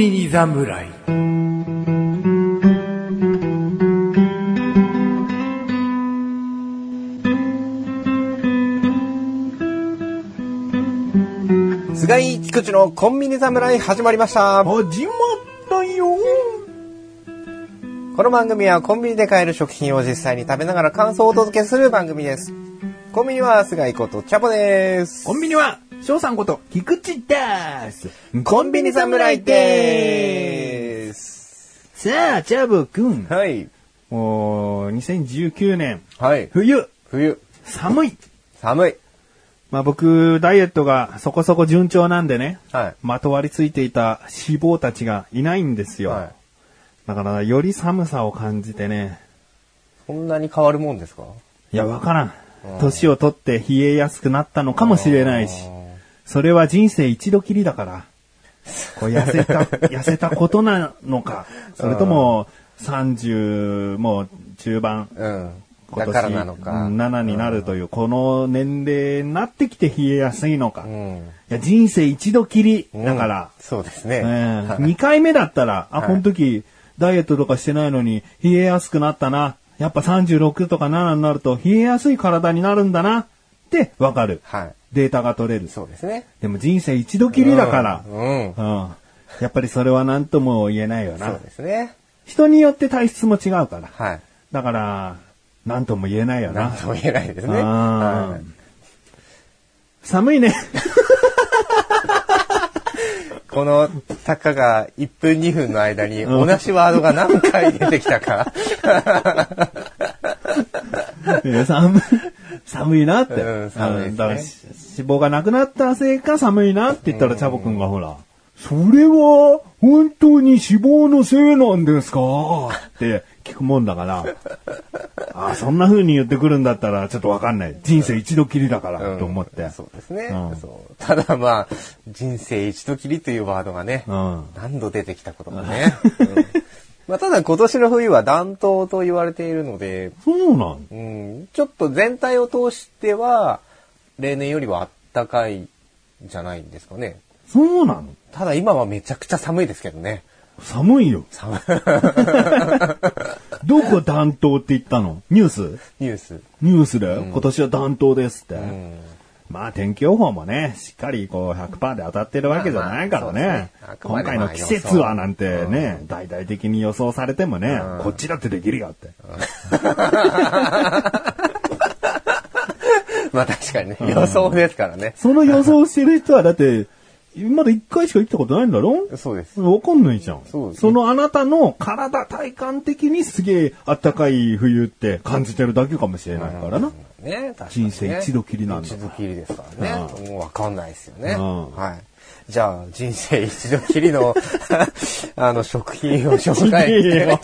侍菅井菊池のコンビニ侍始まりました。こ始まったよの番組はコンビニで買える食品を実際に食べながら感想をお届けする番組です。コンビニは菅井ことチャボです。コンビニは翔さんこと菊池ですコンビニ侍です。すさあチャボくんはい。もう2019年はい。冬冬、寒い寒い。まあ僕ダイエットがそこそこ順調なんでね、はいまとわりついていた脂肪たちがいないんですよ、はい。だからより寒さを感じてねこんなに変わるもんですかいやわからん年を取って冷えやすくなったのかもしれないしそれは人生一度きりだから、こう痩せ た、痩せたことなのか、それとも30、もう中盤、うん。今年だからなのか。うん7になるという、この年齢になってきて冷えやすいのか。ういん。や人生一度きりうんだから、そうですね。 2回目だったら、あ、この時、ダイエットとかしてないのに、冷えやすくなったな。やっぱ36とか7になると、冷えやすい体になるんだな。って、わかる。はい。データが取れる。そうですね。でも人生一度きりだから、うんうんうんやっぱりそれは何とも言えないよそなう。ですね。人によって体質も違うから。はい。だから、何とも言えないよなな。んとも言えないですね。うんは寒いね。いこの、たかが1分2分の間に同じワードが何回出てきた か。いや 寒い、寒いなって。うん寒いですねだからし脂肪がなくなったせいか寒いなって言ったらチャボくんがほら、それは本当に脂肪のせいなんですかって聞くもんだから、 あそんな風に言ってくるんだったらちょっとわかんない。人生一度きりだから、と思って。そうですね、うんそう。ただまあ、人生一度きりというワードがね、うん何度出てきたことかね。うんまあ、ただ今年の冬は暖冬と言われているので、そうなんだ。うん、ちょっと全体を通しては、例年よりは暖かいじゃないんですかね。そうなのただ今はめちゃくちゃ寒いですけどね。寒いよ。寒い どこ担当って言ったのニュースニュース。ニュースで、今年は暖冬ですって。うんまあ天気予報もね、しっかりこう100%で当たってるわけじゃないからまあまあねそうですねあ。くま今で回の季節はなんてまあね、大々的に予想されてもね、こっちだってできるよって。まあ確かにね、予想ですからね。その予想してる人はだって、まだ1回しか行ったことないんだろそうです。わかんないじゃん。そうですのあなたの体体感的にすげえ暖かい冬って感じてるだけかもしれないからな。ね、確かに人ね生一度きりなんだ一度きりですからね。もうわかんないですよね。うんはい。じゃあ、人生一度きりの、 あの、食品を紹介して、ね。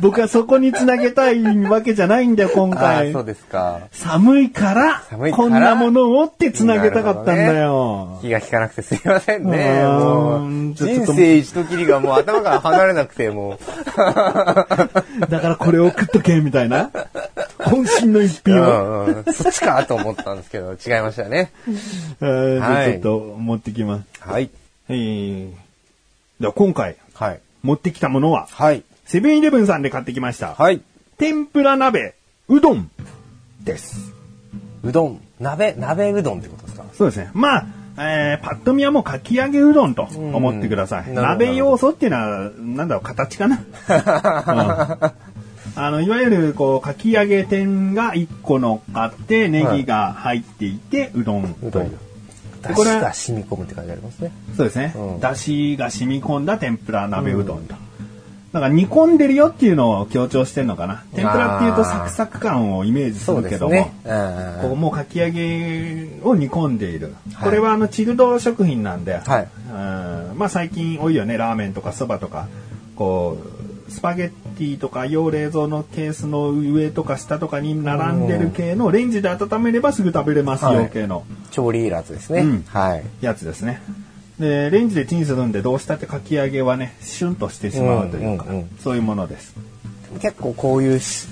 僕はそこにつなげたいわけじゃないんだよ、今あ回あ、そ。うですか。寒いから、寒いからこんなものをってつなげたかったんだよ。気が利かなくてすいませんね。うんもう、ちょっ人と生一度きりがもう頭から離れなくて、もだからこれを食っとけ、みたい な。渾身の一う、う品を。んうん、そっちかと思ったんですけど、違いましたね。えーじゃあはいちょっと持ってきます。はい。えーじゃあ今回はい。持ってきたものは、はい。セブンイレブンさんで買ってきました。はい。天ぷら鍋、うどんです。うどん、鍋、鍋うどんってことですかそうですね。まあ、えー、パッと見はもうかき揚げうどんと思ってください。うん鍋要素っていうのは、なんだろう、形かな。うんあの、いわゆる、こう、かき揚げ天が1個乗っかって、ネギが入っていて、うどんうとどいんう。。だこれしが染み込むって書いてありますね。そうですねう。んだしが染み込んだ天ぷら鍋うどんと。だから煮込んでるよっていうのを強調してるのかな。天ぷらっていうとサクサク感をイメージすそうるでけすども。ね。うんこうもうかき揚げを煮込んでいる、はいこれはあのチルド食品なんで、はいうんまあ、最近多いよねラーメンとかそばとかこうスパゲッティとか用冷蔵のケースの上とか下とかに並んでる系のレンジで温めればすぐ食べれますはよい系の調理いらずですね。うんはい。やつですね、でレンジでチンするんでどうしたってかき揚げはねシュンとしてしまうというか、うんうんうんそういうものです結構こういうし、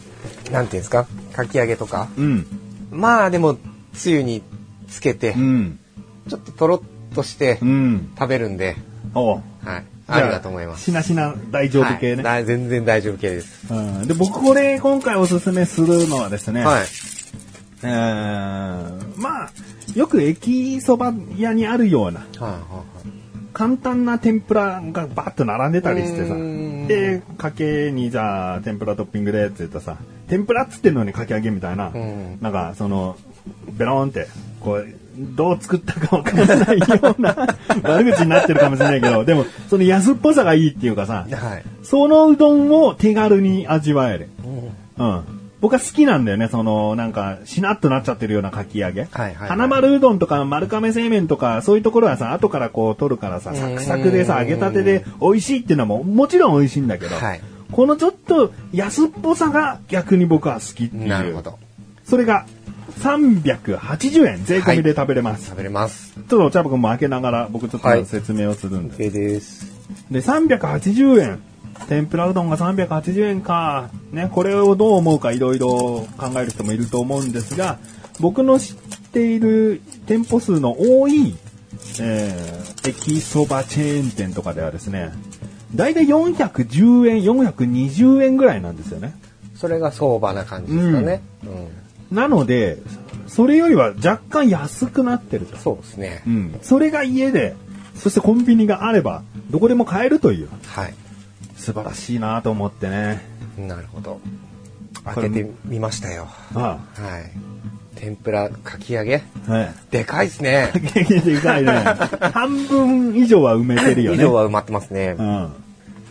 なんていうんですか、かき揚げとか。うんまあでも、つゆにつけてう、んちょっととろっとしてうん食べるんで、おうはい。ありだと思います。しなしな大丈夫系ね。はいだ全然大丈夫系です。うん、で僕これ今回おすすめするのはですね、はい。えーまあよく駅そば屋にあるようなはいはい簡単な天ぷらがバッと並んでたりしてさうーんでかけにじゃあ天ぷらトッピングでって言ったらさ天ぷらっつってんのにかき揚げみたいな、んなんかそのベローンってこうどう作ったかわからないような 悪口になってるかもしれないけどでもその安っぽさがいいっていうかさはい。はい。そのうどんを手軽に味わえる。うん。僕は好きなんだよね、その、なんか、しなっとなっちゃってるようなかき揚げ。はいはい花丸うどんとか丸亀製麺とか、そういうところはさ、後からこう取るからさ、サクサクでさ、揚げたてで美味しいっていうのはも、もちろん美味しいんだけど、はいこのちょっと安っぽさが逆に僕は好きっていう。なるほど。それが、380円税込みで食べれます。食べれます。ちょっとお茶僕も開けながら、僕ちょっと説明をするんで。 OK です。で、380円。天ぷらうどんが380円か。ね、これをどう思うかいろいろ考える人もいると思うんですが、僕の知っている店舗数の多い、えー、駅そばチェーン店とかではですね、だいたい410円、420円ぐらいなんですよね。それが相場な感じですかね。うん。なので、それよりは若干安くなってると。そうですねう。ん。それが家で、そしてコンビニがあれば、どこでも買えるという、はい。素晴らしいなと思ってね。なるほど。これ開けてみましたよ。あはい。天ぷらかき揚げあ、はい。でかいですね。激でかいね。半分以上は埋めてるよ以ね。上は埋まってますねう。ん。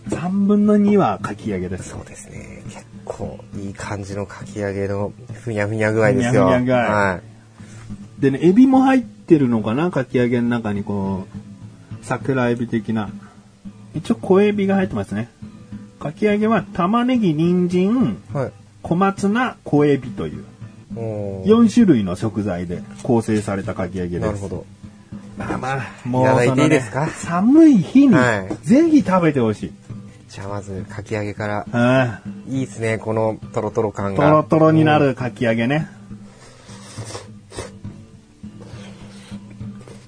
3分の2はかき揚げです。そうですね。結構いい感じのかき揚げのふにゃふにゃ具合ですよ。ふにゃふにゃ具合はい。でね、エビも入ってるのかなかき揚げの中にこう、桜エビ的な。一応小エビが入ってますね。かき揚げは玉ねぎ、人参、はい。小松菜、小エビという。おー4種類の食材で構成されたかき揚げです。なるほど。まあまあ、いそのただいてねいいですか寒い日に、はいぜひ食べてほしい。じゃあまずかき揚げから。うんいいですね、このトロトロ感トが。ロトロになるかき揚げね。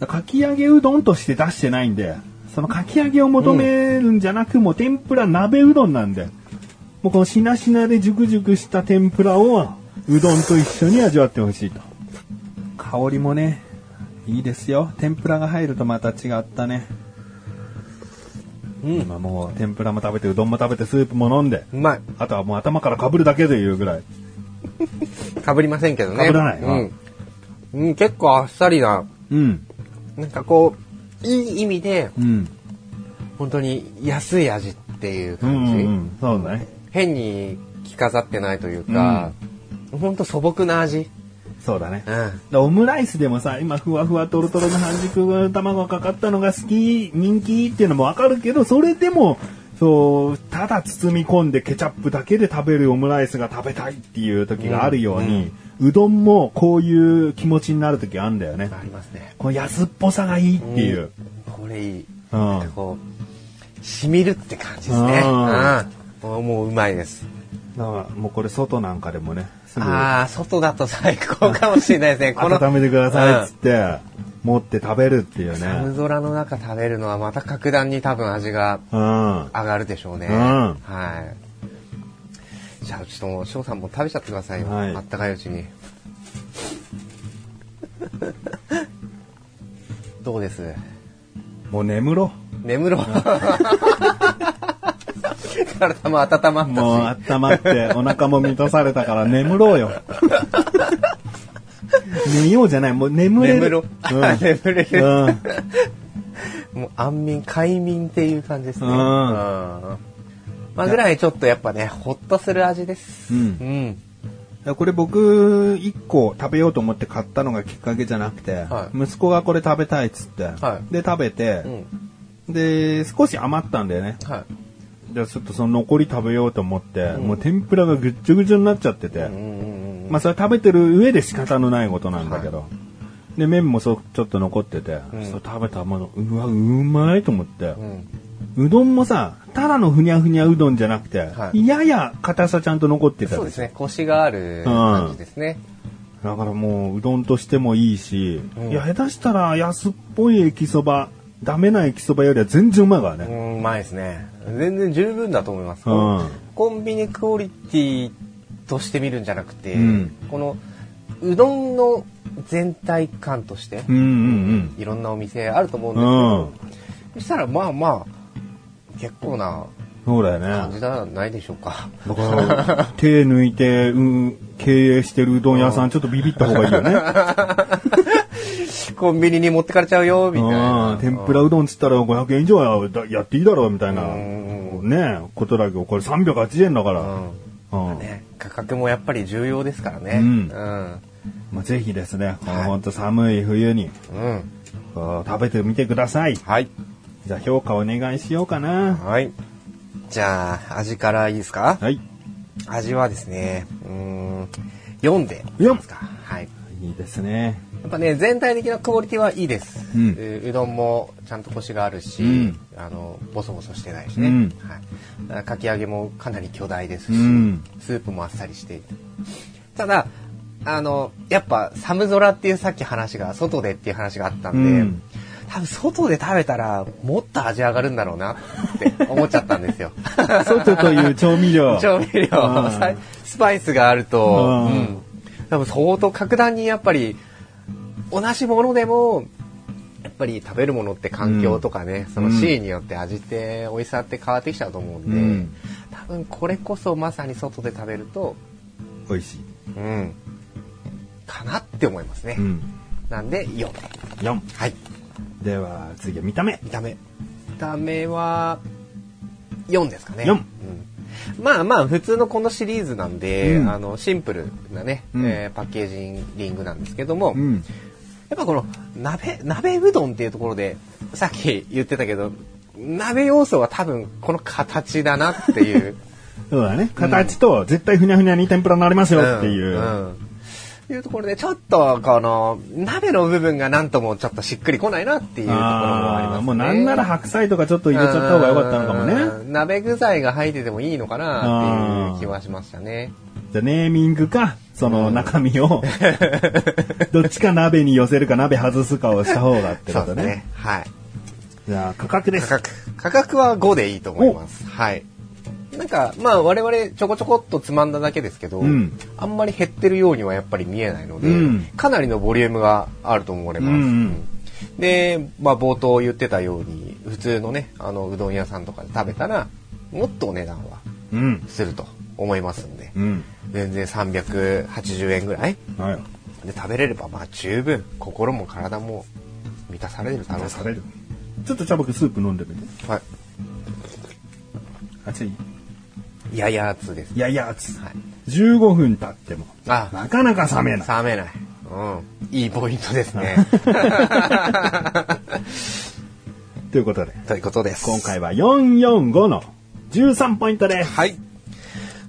かき揚げうどんとして出してないんで、そのかき揚げを求めるんじゃなく、もう天ぷら鍋うどんなんで、もうこのしなしなで熟熟した天ぷらをうどんと一緒に味わってほしいと。香りもね、いいですよ。天ぷらが入るとまた違ったね。うん今もう天ぷらも食べて、うどんも食べて、スープも飲んで、うん。うまあとはもう頭から被るだけというぐらい。い。かぶりませんけどね。被らないうん。うん、結構あっさりな。うん。なんかこう、いい意味で、うん。本当に安い味っていううん感じ。うんうん、そうだね。変に着飾ってないというか、本当素朴な味。そうだねう。ん。でオムライスでもさ、今、ふわふわとろとろの半熟卵がかかったのが好き、人気っていうのもわかるけど、それでも、そう、ただ包み込んでケチャップだけで食べるオムライスが食べたいっていう時があるように、うどんもこういう気持ちになる時あるんだよね。ありますね。この安っぽさがいいっていう。これいい。うんなんかこう、染みるって感じですね。あうん。もうもううまいです。だから、もうこれ外なんかでもね、すぐ温ああ、外だと最高かもしれないですね。めてくださいっつって、持って食べるっていうね。寒空の中食べるのはまた格段に多分味がうん。上がるでしょうね。うんはい。じゃあ、ちょっともう、翔さんも食べちゃってくださいよ。はいあったかいうちに。 どうですもう眠ろう。眠ろう。 体も温まったし。もう温まって、お腹も満たされたから眠ろうよ。寝ようじゃない、もう眠れる。眠ろう。 うん眠れる。うんもう安眠、快眠っていう感じですね。うんうんまあぐらいちょっとやっぱね、ほっとする味です。うんうん。これ僕、一個食べようと思って買ったのがきっかけじゃなくて、はい息子がこれ食べたいっつって、はで、食べてう、ん。で、少し余ったんだよね。はで、ちょっとその残り食べようと思って、もう天ぷらがぐっちょぐちょになっちゃってて、い。うんうんうん。まあそれは食べてる上で仕方のないことなんだけど、で麺もそうちょっと残ってて、んそう食べたものうわうまいと思ってう、ん。うどんもさただのふにゃふにゃうどんじゃなくて、はいやや硬さちゃんと残ってたそでうですすね。コシがある感じですね。だからもううどんとしてもいいし、うんいや下手したら安っぽい駅そばダメな焼きそばよりは全然うまいからうね。ん、うまいですね。全然十分だと思います。うんコンビニクオリティとして見るんじゃなくて、うんこのうどんの全体感として、うんうんいろんなお店あると思うんうですん。うん。そしたらまあまあ結構なそうだよ感ね。じじゃないでしょうか。だから、手抜いて、うん、経営してるうどん屋さん、ちょっとビビった方がいいよ ね。 コンビニに持ってかれちゃうよみたいうんな。天ぷらうどんっつったら500円以上はだやっていいだろうみたいな、うんねえことだけど、これ380円だから。うんうんね、価格もやっぱり重要ですからね。うんうん。まあ、ぜひですね、このはい本当寒い冬に、うん。こう食べてみてください。はい。じゃあ評価お願いしようかな。はい。じゃあ、味からいいですかはい。味はですね、うーん、4で。いきますか。はい。いいですね。やっぱね、全体的なクオリティはいいです。ううんうどんもちゃんとコシがあるし、うんあの、ボソボソしてないしね。うんはいだから。かき揚げもかなり巨大ですし、うんスープもあっさりしていて。ただ、あの、やっぱ寒空っていうさっき話が、外でっていう話があったんで、うん多分外で食べたらもっと味上がるんだろうなって思っちゃった んですよ。外という調味料。 調味料うんさスパイスがあると、ううんん、多分相当格段にやっぱり同じものでもやっぱり食べるものって環境とかね、そのシーンによって味って美味しさって変わってきちゃうと思うんで、うん多分これこそまさに外で食べると、美味しい。うん、かなって思いますね、うん。なんで4 4。はいでは、次は見た目。見た目見た目は4ですかね4うんまあまあ普通のこのシリーズなんで、うんあのシンプルなね、うんえーパッケージリングなんですけども、うやん。っぱこの鍋鍋うどんっていうところでさっき言ってたけど鍋要素は多分この形だなっ ていう。そうだね。形と、絶対ふにゃふにゃに天ぷらになりますよっていう。んんいうところでちょっとこの鍋の部分がなんともちょっとしっくりこないなっていうところもありますーね。もうなんなら白菜とかちょっと入れちゃった方が良かったのかもね。ね。鍋具材が入っててもいいのかなっていう気はしましたね。じゃあネーミングか、その中身を、 どっちか鍋に寄せるか鍋外すかをした方がってこそとうですね。ね。はい。じゃあ価格で価す。格。価格は5でいいと思います。はい。なんか、まあ我々ちょこちょこっとつまんだだけですけど、うんあんまり減ってるようにはやっぱり見えないので、うんかなりのボリュームがあると思われます。うんうんうんで、まあ冒頭言ってたように、普通のね、あの、うどん屋さんとかで食べたら、もっとお値段はうん。すると思いますんで、うん。全然380円ぐらいはい。で食べれればまあ十分心も体も満たされるだろう出される。ちょっと茶僕スープ飲んでみて。は熱いいややつですいやいや、熱いはい15分経っても、あなかなか冷めない。冷めないうんいいポイントで すねということで、ということです今回は445の13ポイントです。はい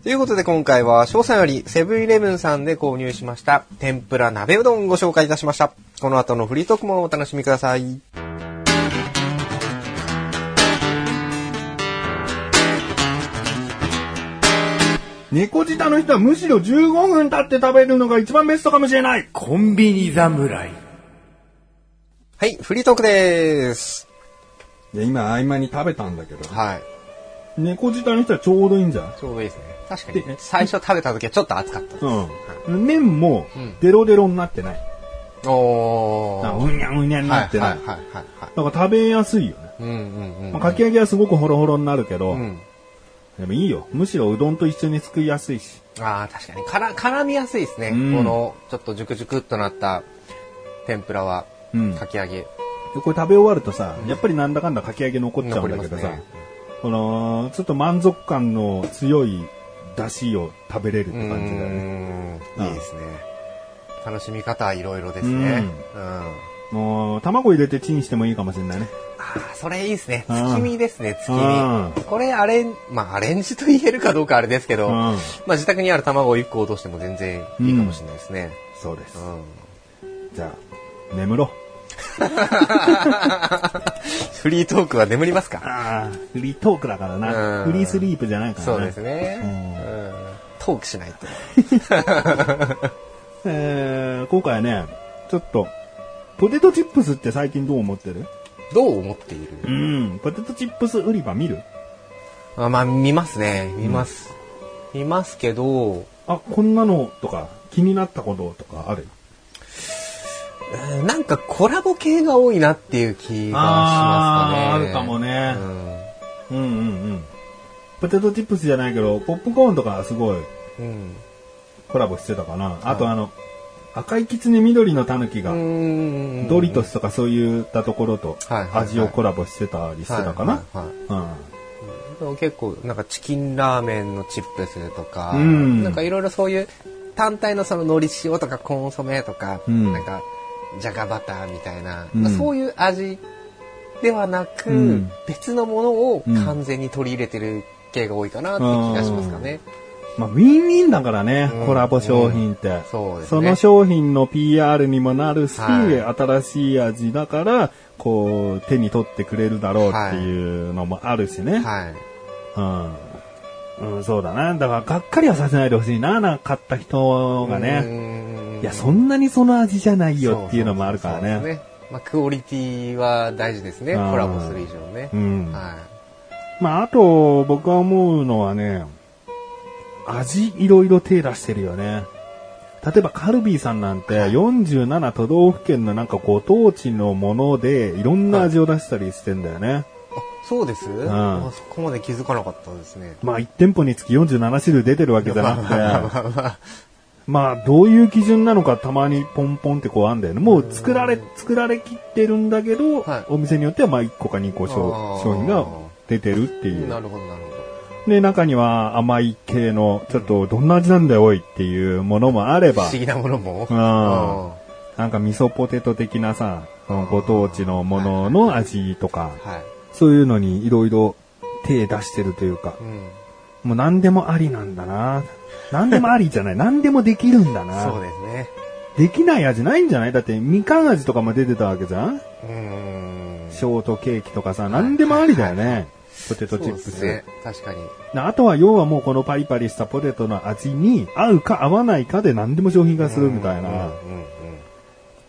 ということで今回は翔さんよりセブンイレブンさんで購入しました天ぷら鍋うどんをご紹介いたしましたこの後のフリートークもお楽しみください猫舌の人はむしろ15分経って食べるのが一番ベストかもしれない。コンビニ侍。はいフリートークですで、今合間に食べたんだけど、はい猫舌の人はちょうどいいんじゃん。ちょうどいいですね確かにね最初食べた時はちょっと熱かったです、うん。麺もんデロデロになってない。おなんーかうにゃうにゃになってない。はいはいはいはいはいなんか食べやすいよね。うんうんうんまあ、かき揚げはすごくホロホロになるけど、うん、でもいいよ。むしろうどんと一緒に作りやすいし。ああ確かにから絡みやすいですね、うんこのちょっとジュクジュクっとなった天ぷらは、うんかき揚げでこれ食べ終わるとさ、やっぱりなんだかんだかき揚げ残っちゃうんだけどさ、残りますねこの、ちょっと満足感の強い出汁を食べれるっうて感じだよね。んうんいいですね楽しみ方はいろいろですねうん、あもう、卵入れてチンしてもいいかもしれないね。あそれいいですねうん月見ですね月うん見これアレンまあアレンジと言えるかどうかあれですけど、うんまあ自宅にある卵を1個落としても全然いいかもしれないですね、そうですう。んじゃあ、眠ろう。フリートークは眠りますかああ、フリートークだからな。うんフリースリープじゃないからそな。うですね、ううんトークしないとえー、今回はね、ちょっと、ポテトチップスって最近どう思ってるどう思っている、うん。ポテトチップス売り場見るあまあ、見ますね。見ます。見ますけど、あ、こんなのとか、気になったこととかあるうんなんかコラボ系が多いなっていう気がしますかね。あーあるかもねうんうんうんうん。ポテトチップスじゃないけど、ポップコーンとかすごいうん。コラボしてたかな。あとあの、赤いキツネ緑のタヌキが、うんドリトスとかそういったところとはいはい味をコラボしてたりしてたかな。はいはいはいうん。でも結構なんかチキンラーメンのチップスとか、うんなんかいろいろそういう単体のその海苔塩とかコンソメとか、うんなんかじゃがバターみたいな、うんまあそういう味ではなく、うん別のものを完全に取り入れてる系が多いかなって気がしますかね。まあ、ウィンウィンだからね、うんコラボ商品って。そうですそねの商品の PR にもなるし、はい新しい味だから、こう、手に取ってくれるだろうっていうのもあるしね。はい。うん。うん、そうだな。だから、がっかりはさせないでほしいな、なんか買った人がね。ねいや、そんなにその味じゃないよっていうのもあるからそうそうそうね。ですねまあ、クオリティは大事ですね。うんコラボする以上ね。うんはまあ、あと、僕は思うのはね、味いろいろ手出してるよね。例えばカルビーさんなんて47都道府県のなんかご当地のものでいろんな味を出したりしてんだよね。い。あ、そうです、んあそこまで気づかなかったですね。まあ1店舗につき47種類出てるわけじゃ なくて、まあまあ まあどういう基準なのかたまにポンポンってこうあんだよね。もう作られ、作られきってるんだけどはい、お店によってはまあ1個か2個あ商ー商品が出てるっていう。なるほど、なるほで、中には甘い系の、ちょっとどんな味なんだよ、おいっていうものもあれど。不ば思、議なものも。うんうんなんか味噌ポテト的なさ、うんご当地のものの味とか、はい。そういうのにいろいろ手出してるというかう、ん。もう何でもありなんだな。何でもありじゃない。何でもできるんだそうな。ですね。できない味ないんじゃないだって、みかん味とかも出てたわけじゃんうーん。ショートケーキとかさ、何でもありだよね。ポテトチップそうでス。すね。確かに。なあとは要はもうこのパリパリしたポテトの味に合うか合わないかで何でも商品化するみたいなう。んうんうん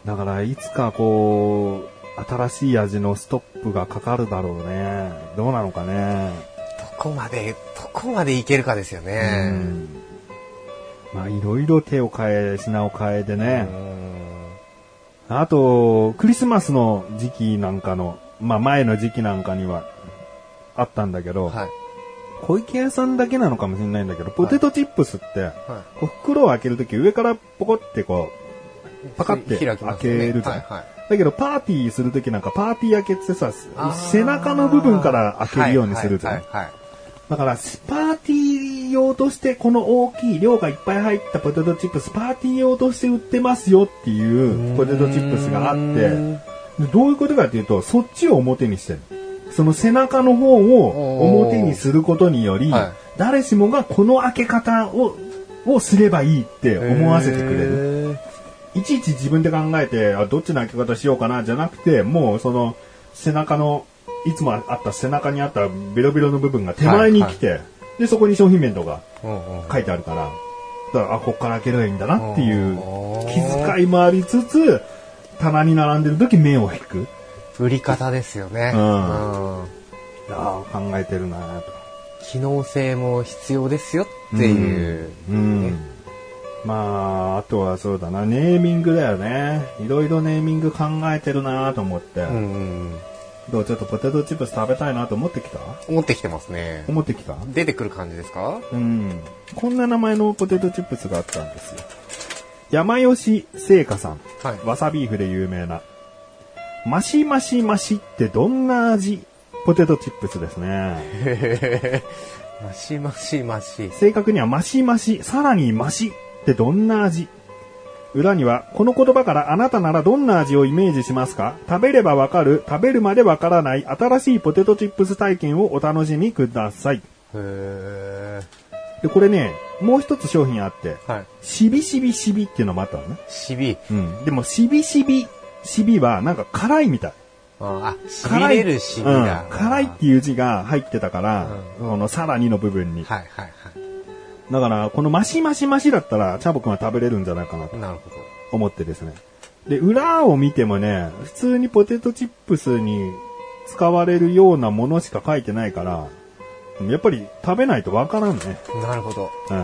だからいつかこう、新しい味のストップがかかるだろうね。どうなのかね。どこまで、どこまでいけるかですようね。ん。まあいろいろ手を変え、品を変えてうね。んあと、クリスマスの時期なんかの、まあ前の時期なんかにはあったんだけど、はい。小池屋さんだけなのかもしれないんだけど、ポテトチップスって、はい。こう袋を開けるとき上からポコってこう、パカって開開きますけよねるじゃん。はいはいだけどパーティーするときなんかパーティー開けってさあ、ー背中の部分から開けるようにするじゃはんい。はいはいだから、スパーティー用としてこの大きい量がいっぱい入ったポテトチップス、パーティー用として売ってますよっていうポテトチップスがあっうんて、でどういうことかっていうと、そっちを表にしてる。その背中の方を表にすることによりおーはい、誰しもがこの開け方を、をすればいいって思わせてくれる。る。いちいち自分で考えて、あどっちの開け方しようかな、じゃなくて、もうその、背中の、いつもあった背中にあったベロベロの部分が手前に来て、で、そこに商品名とかうんうん書いてあるから、だから、あ、こっから開ければいいんだなっていうおー気遣いもありつつ、棚に並んでる時目を引く。売り方ですよね。うんうんああ、考えてるなぁと。機能性も必要ですよっていう。うん。まあ、あとはそうだな、ネーミングだよね。いろいろネーミング考えてるなぁと思って。うんうんどうちょっとポテトチップス食べたいなと思ってきた持ってきてますね。思ってきた出てくる感じですかうん。こんな名前のポテトチップスがあったんですよ。山吉製菓さん。はいわさビーフで有名な。マシマシマシってどんな味ポテトチップスですね。へへへマシマシマシ。正確にはマシマシ、さらにマシってどんな味裏には、この言葉からあなたならどんな味をイメージしますか食べればわかる、食べるまでわからない新しいポテトチップス体験をお楽しみください。へーで、これね、もう一つ商品あって、はい。しびしびしびっていうのもあったのね。しび。でも、しびしびしびはなんか辛いみたい。あ、しび辛い。れるしびだうん。辛いっていう字が入ってたから、このさらにの部分に。はいはいはだから、このマシマシマシだったら、チャボくんは食べれるんじゃないかなとい。なるほど。思ってですね。で、裏を見てもね、普通にポテトチップスに使われるようなものしか書いてないから、やっぱり食べないとわからんね。なるほど。うん。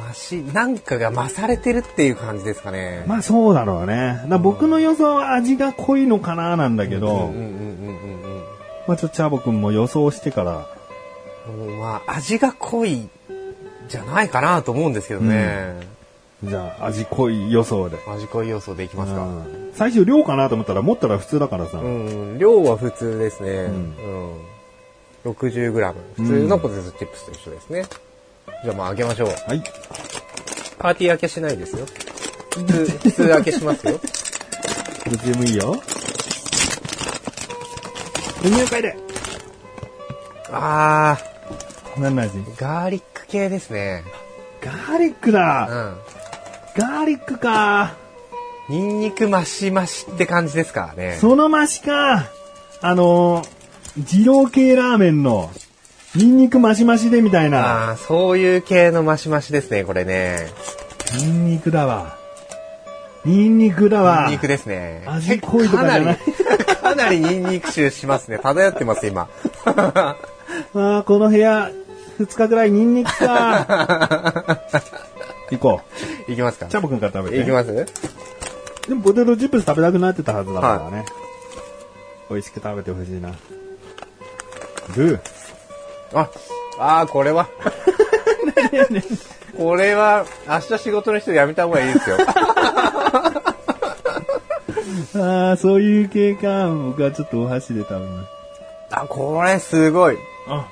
マシ、なんかが増されてるっていう感じですかね。まあそうだろうね。だから僕の予想は味が濃いのかななんだけど、うんうんうんうんまあちょっとチャボくんも予想してから、うん。もうまあ、味が濃いじゃないかなと思うんですけどね。じゃあ味濃い予想で。味濃い要素でいきますうか。ん最初量かなと思ったら持ったら普通だからさ。うん、量は普通ですね。うん。60g。普通のポテトチップスと一緒ですね。じゃあまあ開けましょう。はい。パーティー開けしないですよ。普通、普通開けしますよ。どっちでもいいよ。運動会であー、何の味ガーリック系ですね。ガーリックうだん。ガーリックかニンニクマシマシって感じですからね。そのマシかあのー、二郎系ラーメンの、ニンニクマシマシでみたいな。ああ、そういう系のマシマシですね、これね。ニンニクだわ。ニンニクだわ。ニンニクですね。味濃いとかかじなゃりない、かなりニンニク臭しますね。漂ってます、今。 ああ、この部屋、二日ぐらいニンニクか。 行こいきますかう。チャボくんから食べて。いきますでもポテトチップス食べたくなってたはずだからね。美味しく食べてほしいな。ブー。あ、あーこれは。これは、明日仕事の人辞めた方がい いですよ。ああ、そういう系か。僕はちょっとお箸で食べます。あ、これすごい。あ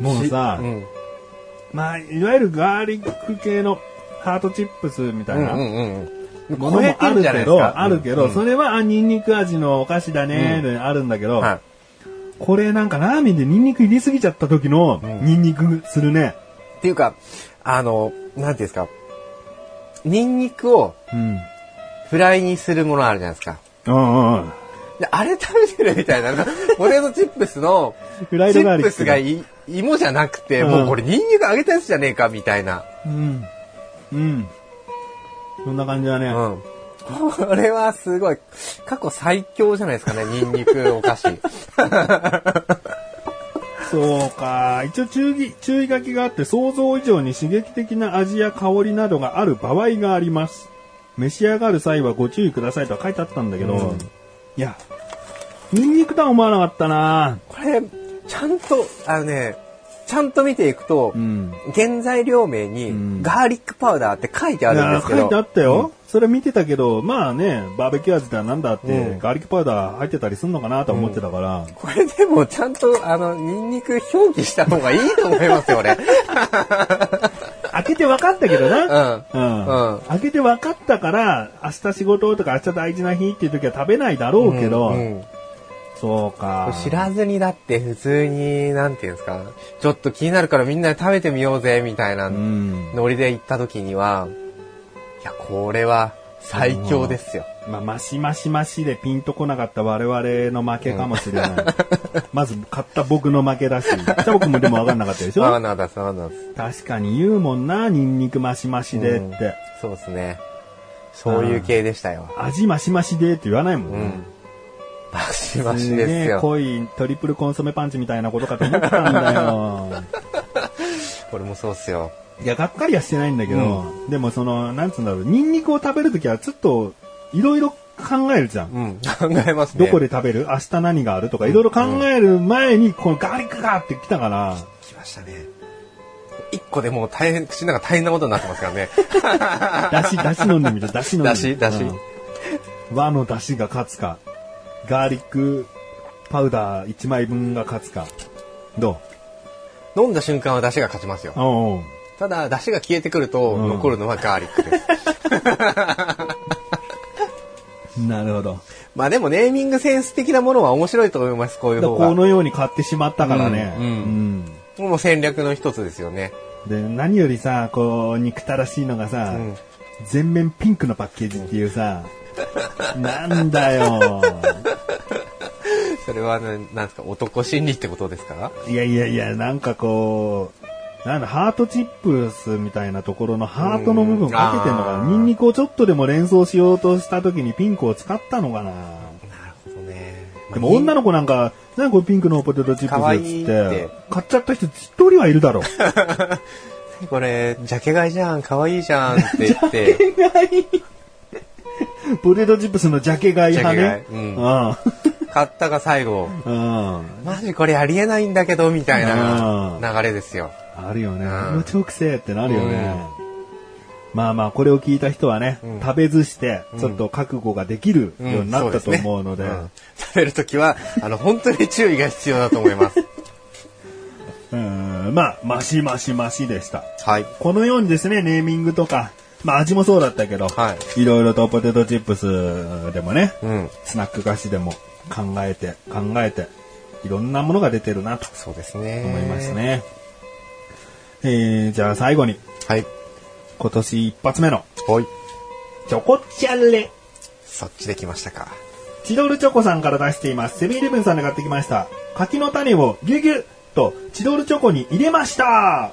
もうさ、うん。まあ、いわゆるガーリック系のハートチップスみたういんなうんうんうん。ものもあるけど、あるけど、れそれは、あ、ニンニク味のお菓子だね、であるんだけど、はこれなんかラーメンでニンニク入れすぎちゃった時の、ニンニクするね。い。っていうか、あの、なんていうんですか。ニンニクをうん。フライにするものあるじゃないですか。うんうん。であれ食べてるみたいな、なんかポテトチップスの、 フライドガーリックチップスがい芋じゃなくて、うんもうこれニンニク揚げたやつじゃねえか、みたいな。うん。うん。そんな感じだね。うん。これはすごい、過去最強じゃないですかね、ニンニクお菓子。そうか。一応注意、注意書きがあって、想像以上に刺激的な味や香りなどがある場合があります。召し上がる際はご注意くださいとは書いてあったんだけど、うんいや、ニンニクとは思わなかったなこれ、ちゃんと、あのね、ちゃんと見ていくと、ん。原材料名うんにガーリックパウダーって書いてあいるんやですけど。書いてあったよ、それ見てたけど、まあね、バーベキュー味だなんだって、うんガーリックパウダー入ってたりすんのかなとは思ってたから、これでもちゃんと、あの、ニンニク表記した方がいいと思いますよ、俺。開けて分かったけどな。 ううん。んうん開けて分かったから、明日仕事とか明日大事な日っていう時は食べないだろうけど、うんそうか。知らずにだって普通に、なんていうんですか、ちょっと気になるからみんなで食べてみようぜ、みたいなうん。ノリで行った時には、いや、これは最強ですよ。まあ、マシマシマシでピンとこなかった我々の負けかもし れない。まず買った僕の負けだし、じゃあ僕もでも分かんなかったで しわかょんなかったです、わかんなかったで確かに言うもんな、ニンニクマシマシでって。うんす。そうですね。そういう系でしたよ。味マシマシでって言わないもんうね。ん。マシマすシげですえよ。こ濃いトリプルコンソメパンチみたいなことかと思ったんだよ。 れもそうっすよ。いや、がっかりはしてないんだけど、でもその、なんつうんだろう、ニンニクを食べるときはちょっと、いろいろ考えるじゃん。うん。考えますね。どこで食べる明日何があるとか、いろいろ考える前に、このガーリックがって来たから、来ましたね。一個でもう大変、口の中大変なことになってますから ね。だし、だし飲んでみる、だし飲んでみる。だしだしうん和のだしが勝つか、ガーリックパウダー1枚分が勝つか、ど飲んだ瞬間は出汁が勝ちますよう。おうおうただ、出汁が消えてくると、うん残るのはガーリックです。なるほど。まあでも、ネーミングセンス的なものは面白いと思います、こういうだから方こが。のように買ってしまったからね。うんうんうんもう戦略の一つですよね。で、何よりさ、こう、憎たらしいのがさ、うん全面ピンクのパッケージっていうさ、なんだ よ。それは、ね、なんですか、男心理ってことですからいやいやいや、なんかこう、なんだ、ハートチップスみたいなところのハートの部分かけてんのかうな。んあーニンニクをちょっとでも連想しようとした時にピンクを使ったのかな。なるほどね。でも女の子なんか、なんかこれピンクのポテトチ可ップ愛スいっつっってて、買っちゃった人一人はいるだろう。これ、ジャケ買いじゃん、可愛いじゃんって言って、ポテトチップスのジャケ買い派ね。ジャケ買いうんあ 買ったが最後、あうん マジこれありえないんだけど、みたいうんな流れですよ。あるよね。うんもう直性ってなるよね。まあまあ、これを聞いた人はね、うん食べずして、ちょっと覚悟ができるようになったと思うので、んそですねうん食べるときは、あの、本当に注意が必要だと思います。うんまあ、マシマシマシでした。 はい。このようにですね、ネーミングとか、まあ味もそうだったけど、、はいろいろとポテトチップスでもね、うん。スナック菓子でも考えて、考えて、いろんなものが出てるなとそうですね。思います。ね。えー、じゃあ最後に、はい。今年一発目の、はい。チョコチャレ。そっちできましたか。チドルチョコさんから出しています。セミンイレブンさんで買ってきました。柿の種をギュギュとチドルチョコに入れました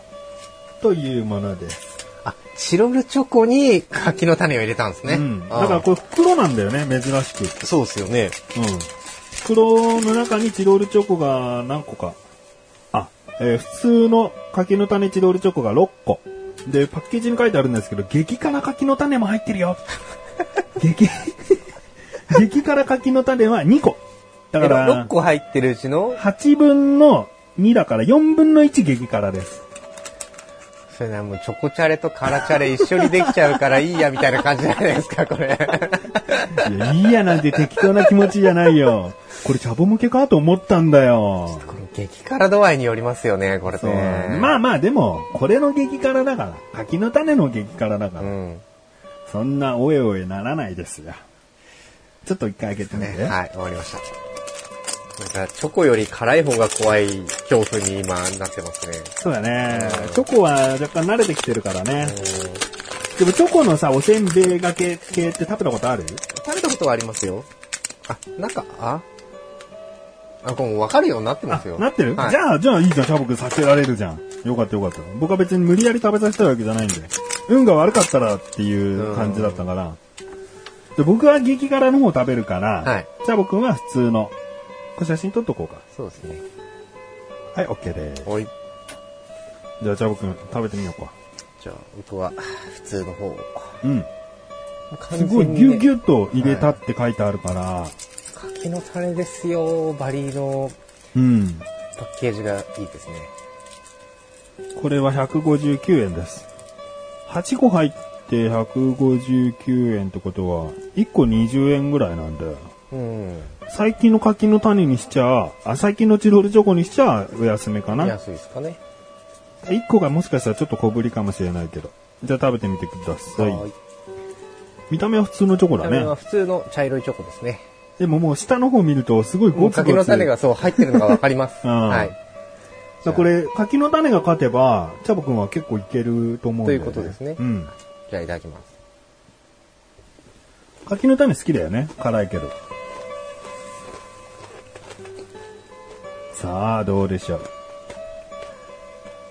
というものです。あ、チロルチョコに柿の種を入れたんですね。うん。だあーからこれ袋なんだよね、珍しく。そうですよね。うん。袋の中にチロールチョコが何個か。あ、えー普通の柿の種チロールチョコが6個。で、パッケージに書いてあるんですけど、激辛柿の種も入ってるよ。 激、 激辛柿の種は2個。だだかから、6ら、個入ってるうちの、 8分の2だから4分の1激辛です。それならもうチョコチャレと辛チャレ一緒にできちゃうからいいや、みたいな感じじゃないですか、これ。いや、いいやなんて適当な気持ちじゃないよ。これチャボ向けかと思ったんだよ。この激辛度合いによりますよね、これそうね。まあ、あまあ、でも、これの激辛だから。柿の種の激辛だから。うん。そんなおえおえならないですよ。ちょっと一回開けてみて。ね、はい、終わりました。なんか、チョコより辛い方が怖い恐怖に今なってますね。そうだね。チョコは若干慣れてきてるからね。でもチョコのさ、おせんべいがけ系って食べたことある食べたことはありますよ。あ、なんか、ああ、これもう分かるようになってますよ。なってる、はい、じゃあ、じゃあいいじゃん、チャボくんさせられるじゃん。よかったよかった。僕は別に無理やり食べさせたいわけじゃないんで。運が悪かったらっていう感じだったから。で僕は激辛の方食べるから、はいチャボくんは普通の。これ写真撮っとこうか。そうですね。はい、OK です。おい。じゃあ、チャボくん食べてみようか。じゃあ、僕は、普通の方を。うん。す完全ごいにねギュギュッと入れたって書いてあるから、柿のタレですよ。バリのうん。パッケージがいいですね。これは159円です。8個入って159円ってことは、1個20円ぐらいなんで、うん。最近の柿の種にしちゃ、あ、最近のチロルチョコにしちゃお休みかな。安いですかね。 1個がもしかしたらちょっと小ぶりかもしれないけど。じゃあ食べてみてください。はーい。見た目は普通のチョコだこれはね。普通の茶色いチョコですね。でももう下の方見るとすごいもゴうツゴツ。柿の種がそう入ってるのがわかります。うんはい。だからこれ、柿の種が勝てば、チャボくんは結構いけると思うんだよね。ということですねうん。じゃあいただきます。柿の種好きだよね。辛いけど。さあ、どうでしょう。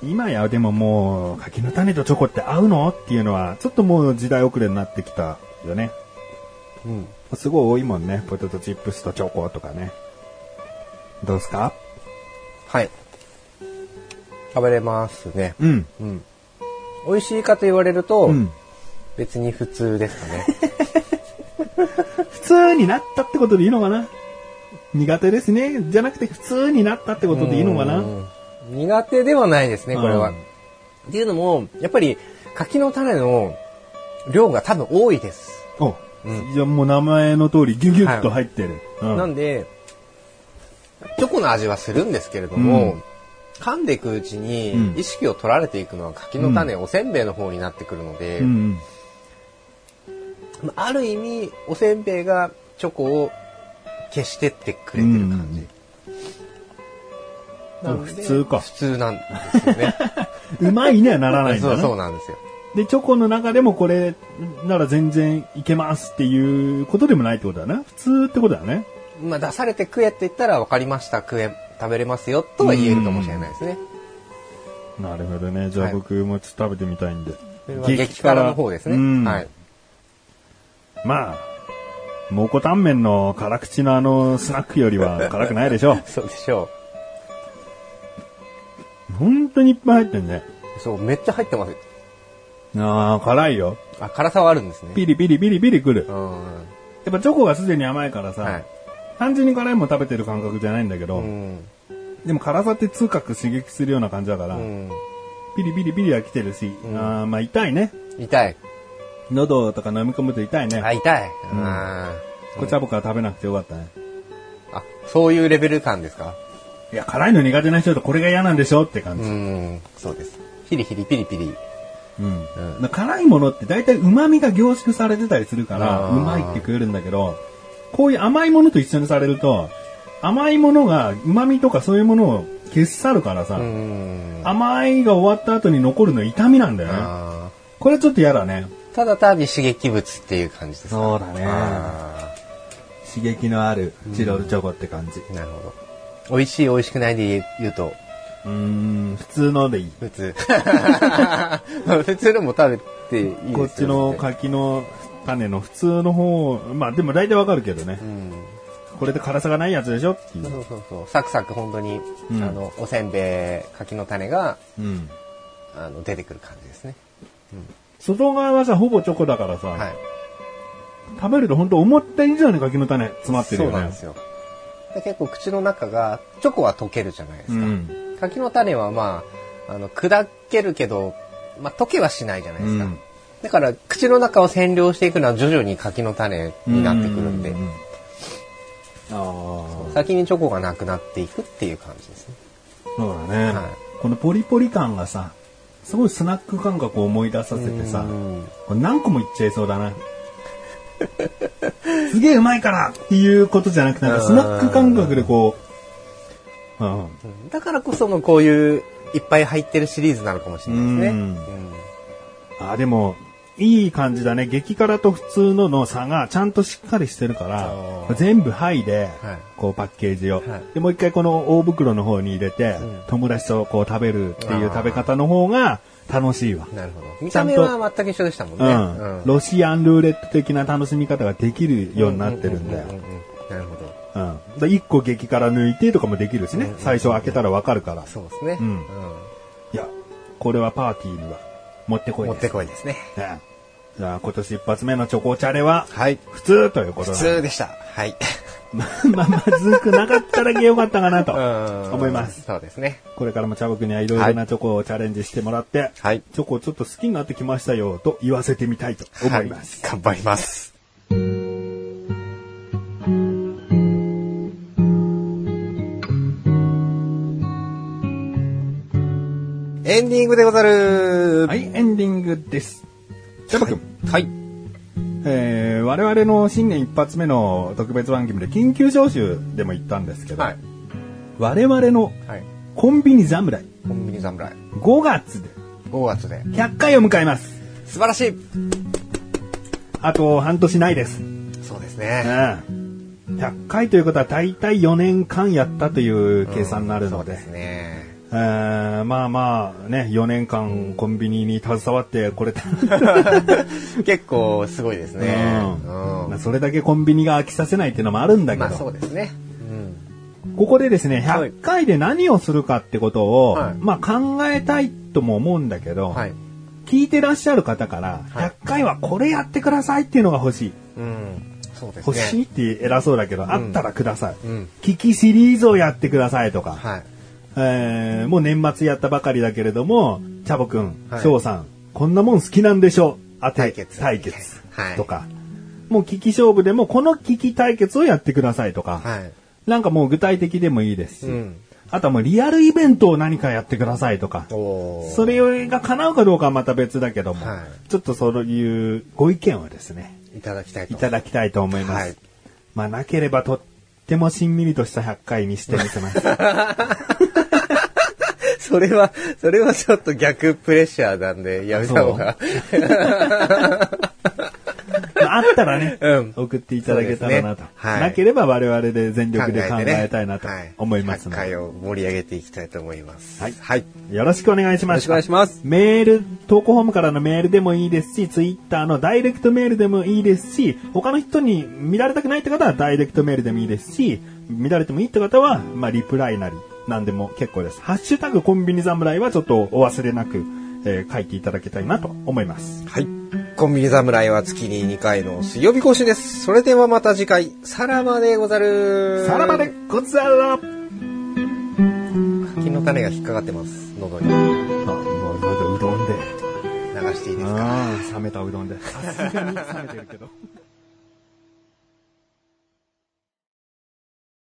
今や、でももう、柿の種とチョコって合うのっていうのは、ちょっともう時代遅れになってきたよね。うん。すごい多いもんね。ポテトチップスとチョコとかね。どうですかはい。食べれますね。うん。うん。美味しいかと言われると、うん。別に普通ですかね。普通になったってことでいいのかな苦手ですね。じゃなくて普通になったってことでいいのかなうん苦手ではないですね、これは。うんっていうのも、やっぱり柿の種の量が多分多いです。お、うんじゃあもう名前の通りギュギュッと入ってる。うんなんで、チョコの味はするんですけれども、うん噛んでいくうちうんに意識を取られていくのは柿の種、おせんべいの方になってくるので、うんまあある意味、おせんべいがチョコを消してってくれてる感じ。うんなんで普通か普通なんですよね。うん、うまいには ならないん そだうそうね。なんですよ。で、チョコの中でもこれなら全然いけますっていうことでもないってことだな。普通ってことだね。まあ、出されて食えって言ったら分かりました食え食べれますよとは言えるかもしれないですねなるほどね。じゃあはい僕もちょっと食べてみたいんで。それは激辛の方ですね、うんはい、まあ、蒙古タンメンの辛口のあのスナックよりは辛くないでし ょそうでしょう。本当にいっぱい入ってるね。う。そう、めっちゃ入ってます。ああ、辛いよ。あ、辛さはあるんですね。ピリピリピリピリくるう。ん。やっぱチョコがすでに甘いからさ、はい。単純に辛いもん食べてる感覚じゃないんだけど、うん。でも辛さって痛覚刺激するような感じだから、うん。ピリピリピリは来てるし、うんあーまあ痛いね。痛い。喉とか飲み込むと痛いね。あ、痛い。うんん。あ、これチャボから食べなくてよかったね。そういうレベル感ですかいや、辛いの苦手な人とこれが嫌なんでしょって感うじ。ん。そうです。ヒリヒリピリピリ。うん。だから辛いものって大体旨味が凝縮されてたりするから、あーうまいって食えるんだけど、こういう甘いものと一緒にされると、甘いものが旨味とかそういうものを消し去るからさ、うん。甘いが終わった後に残るの痛みなんだよね。あこれちょっと嫌だね。ーただ単に刺激物っていう感じですかそうだねあ刺激のあるチロルチョコって感じ。ーなるほど。美味しい美味しくないで言うと、うーん、普通のでいい。普 通。普通のも食べていいですよねこっちの柿の種の普通の方、まあでも大体わかるけどねう。ん。これで辛さがないやつでしょっていそうう。そうそう。サクサク本当に、うんあの、おせんべい、柿の種が、うん。あの、出てくる感じですね。外側はさ、ほぼチョコだからさ、はい。食べると本当思った以上に柿の種詰まってるよね。そうなんですよ。で結構口の中が、チョコは溶けるじゃないですか。うん柿の種はまあ、あの、砕けるけど、まあ、溶けはしないじゃないですか。うんだから、口の中を占領していくのは徐々に柿の種になってくるんでう、うああ。先にチョコがなくなっていくっていう感じですね。そうだね、はいこのポリポリ感がさ、すごいスナック感覚を思い出させてさ、うんこれ何個もいっちゃいそうだな。 すげえうまいからっていうことじゃなくて、なんかスナック感覚でこう、うん、だからこそのこういう、いっぱい入ってるシリーズなのかもしれないですね。うんうんあ、でも、いい感じだね。激辛と普通のの差がちゃんとしっかりしてるかそら、う全部剥いで、はいこうパッケージを。はいで、もう一回この大袋の方に入れて、ん友達とこう食べるっていうあー食べ方の方が楽しいわ。なるほど。見ちゃたんと目は全く一緒でしたもんね。うん。ロシアンルーレット的な楽しみ方ができるようになってるんだようう。ううんなるほど。うん。で一個激辛抜いてとかもできるしね。最初開けたらわかるから。そうですね。うんいや、これはパーティーには持ってこい持っです。てこいですね。うんじゃあ今年一発目のチョコチャレは、はい。普通ということな普んで通でした。はい。 まあ、まずくなかっただけ良かったかな と思います。。そうですね。これからもチャボくんにはいろいろなチョコをチャレンジしてもらって、はいチョコをちょっと好きになってきましたよと言わせてみたいと思います。はい。頑張ります。エンディングでござるはい、エンディングです。チャボくん、はい。えー、我々の新年一発目の特別番組で緊急招集でも言ったんですけど、はい。我々のはい。コンビニ侍コンビニ侍。 5月で5月で。 100回を迎えます。素晴らしいあと半年ないです。そうですね。うん100回ということは大体4年間やったという計算になるので、そうですね。えーまあまあね、4年間コンビニに携わってこれ た、結構すごいですね。うんうんそれだけコンビニが飽きさせないっていうのもあるんだけまあど、そうですね。ここでですね、はい100回で何をするかってことを、はいまあ考えたいとも思うんだけど、うん。はい。聞いてらっしゃる方から、はい100回はこれやってくださいっていうのが欲しい。うん。そうです欲ね。しいって偉そうだけど、あったらください。うん聞きシリーズをやってくださいとか、はい。えーもう年末やったばかりだけれども、チャボくん、はい翔さん、こんなもん好きなんでしょう当て対決対決はいとか、もう聞き勝負でもこの聞き対決をやってくださいとか、はい。なんかもう具体的でもいいですし、うんあとはもうリアルイベントを何かやってくださいとか、おーそれが叶うかどうかはまた別だけども、はちょっとそういうご意見をですね、いただきたいと。いただきたいと思います。はいまあなければとってもしんみりとした100回にしてみせ ます。それは、それはちょっと 逆プレッシャーなんで、やめた方が。まがあったらね、うん送っていただけたらなと。そうですねはいなければ我々で全力で考てねえたいなと思いますのはで、 100回を盛り上げていきたいと思います。はいはい。よよろしくお願いしまろすしくお願いします。メール、投稿フォームからのメールでもいいですし、ツイッターのダイレクトメールでもいいですし、他の人に見られたくないって方はダイレクトメールでもいいですし、見られてもいいって方は、まあ、リプライなり、なんでも結構です。ハッシュタグコンビニ侍はちょっとお忘れなく、えー書いていただけたいなと思います。はい。コンビニ侍は月に2回の水曜日更新です。それではまた次回、さらばでござる。さらばでござら金の種が引っかかってます。喉に。あ、もう、それでうどんで。流していいですかああ、冷めたうどんで。さすがに冷めてるけど。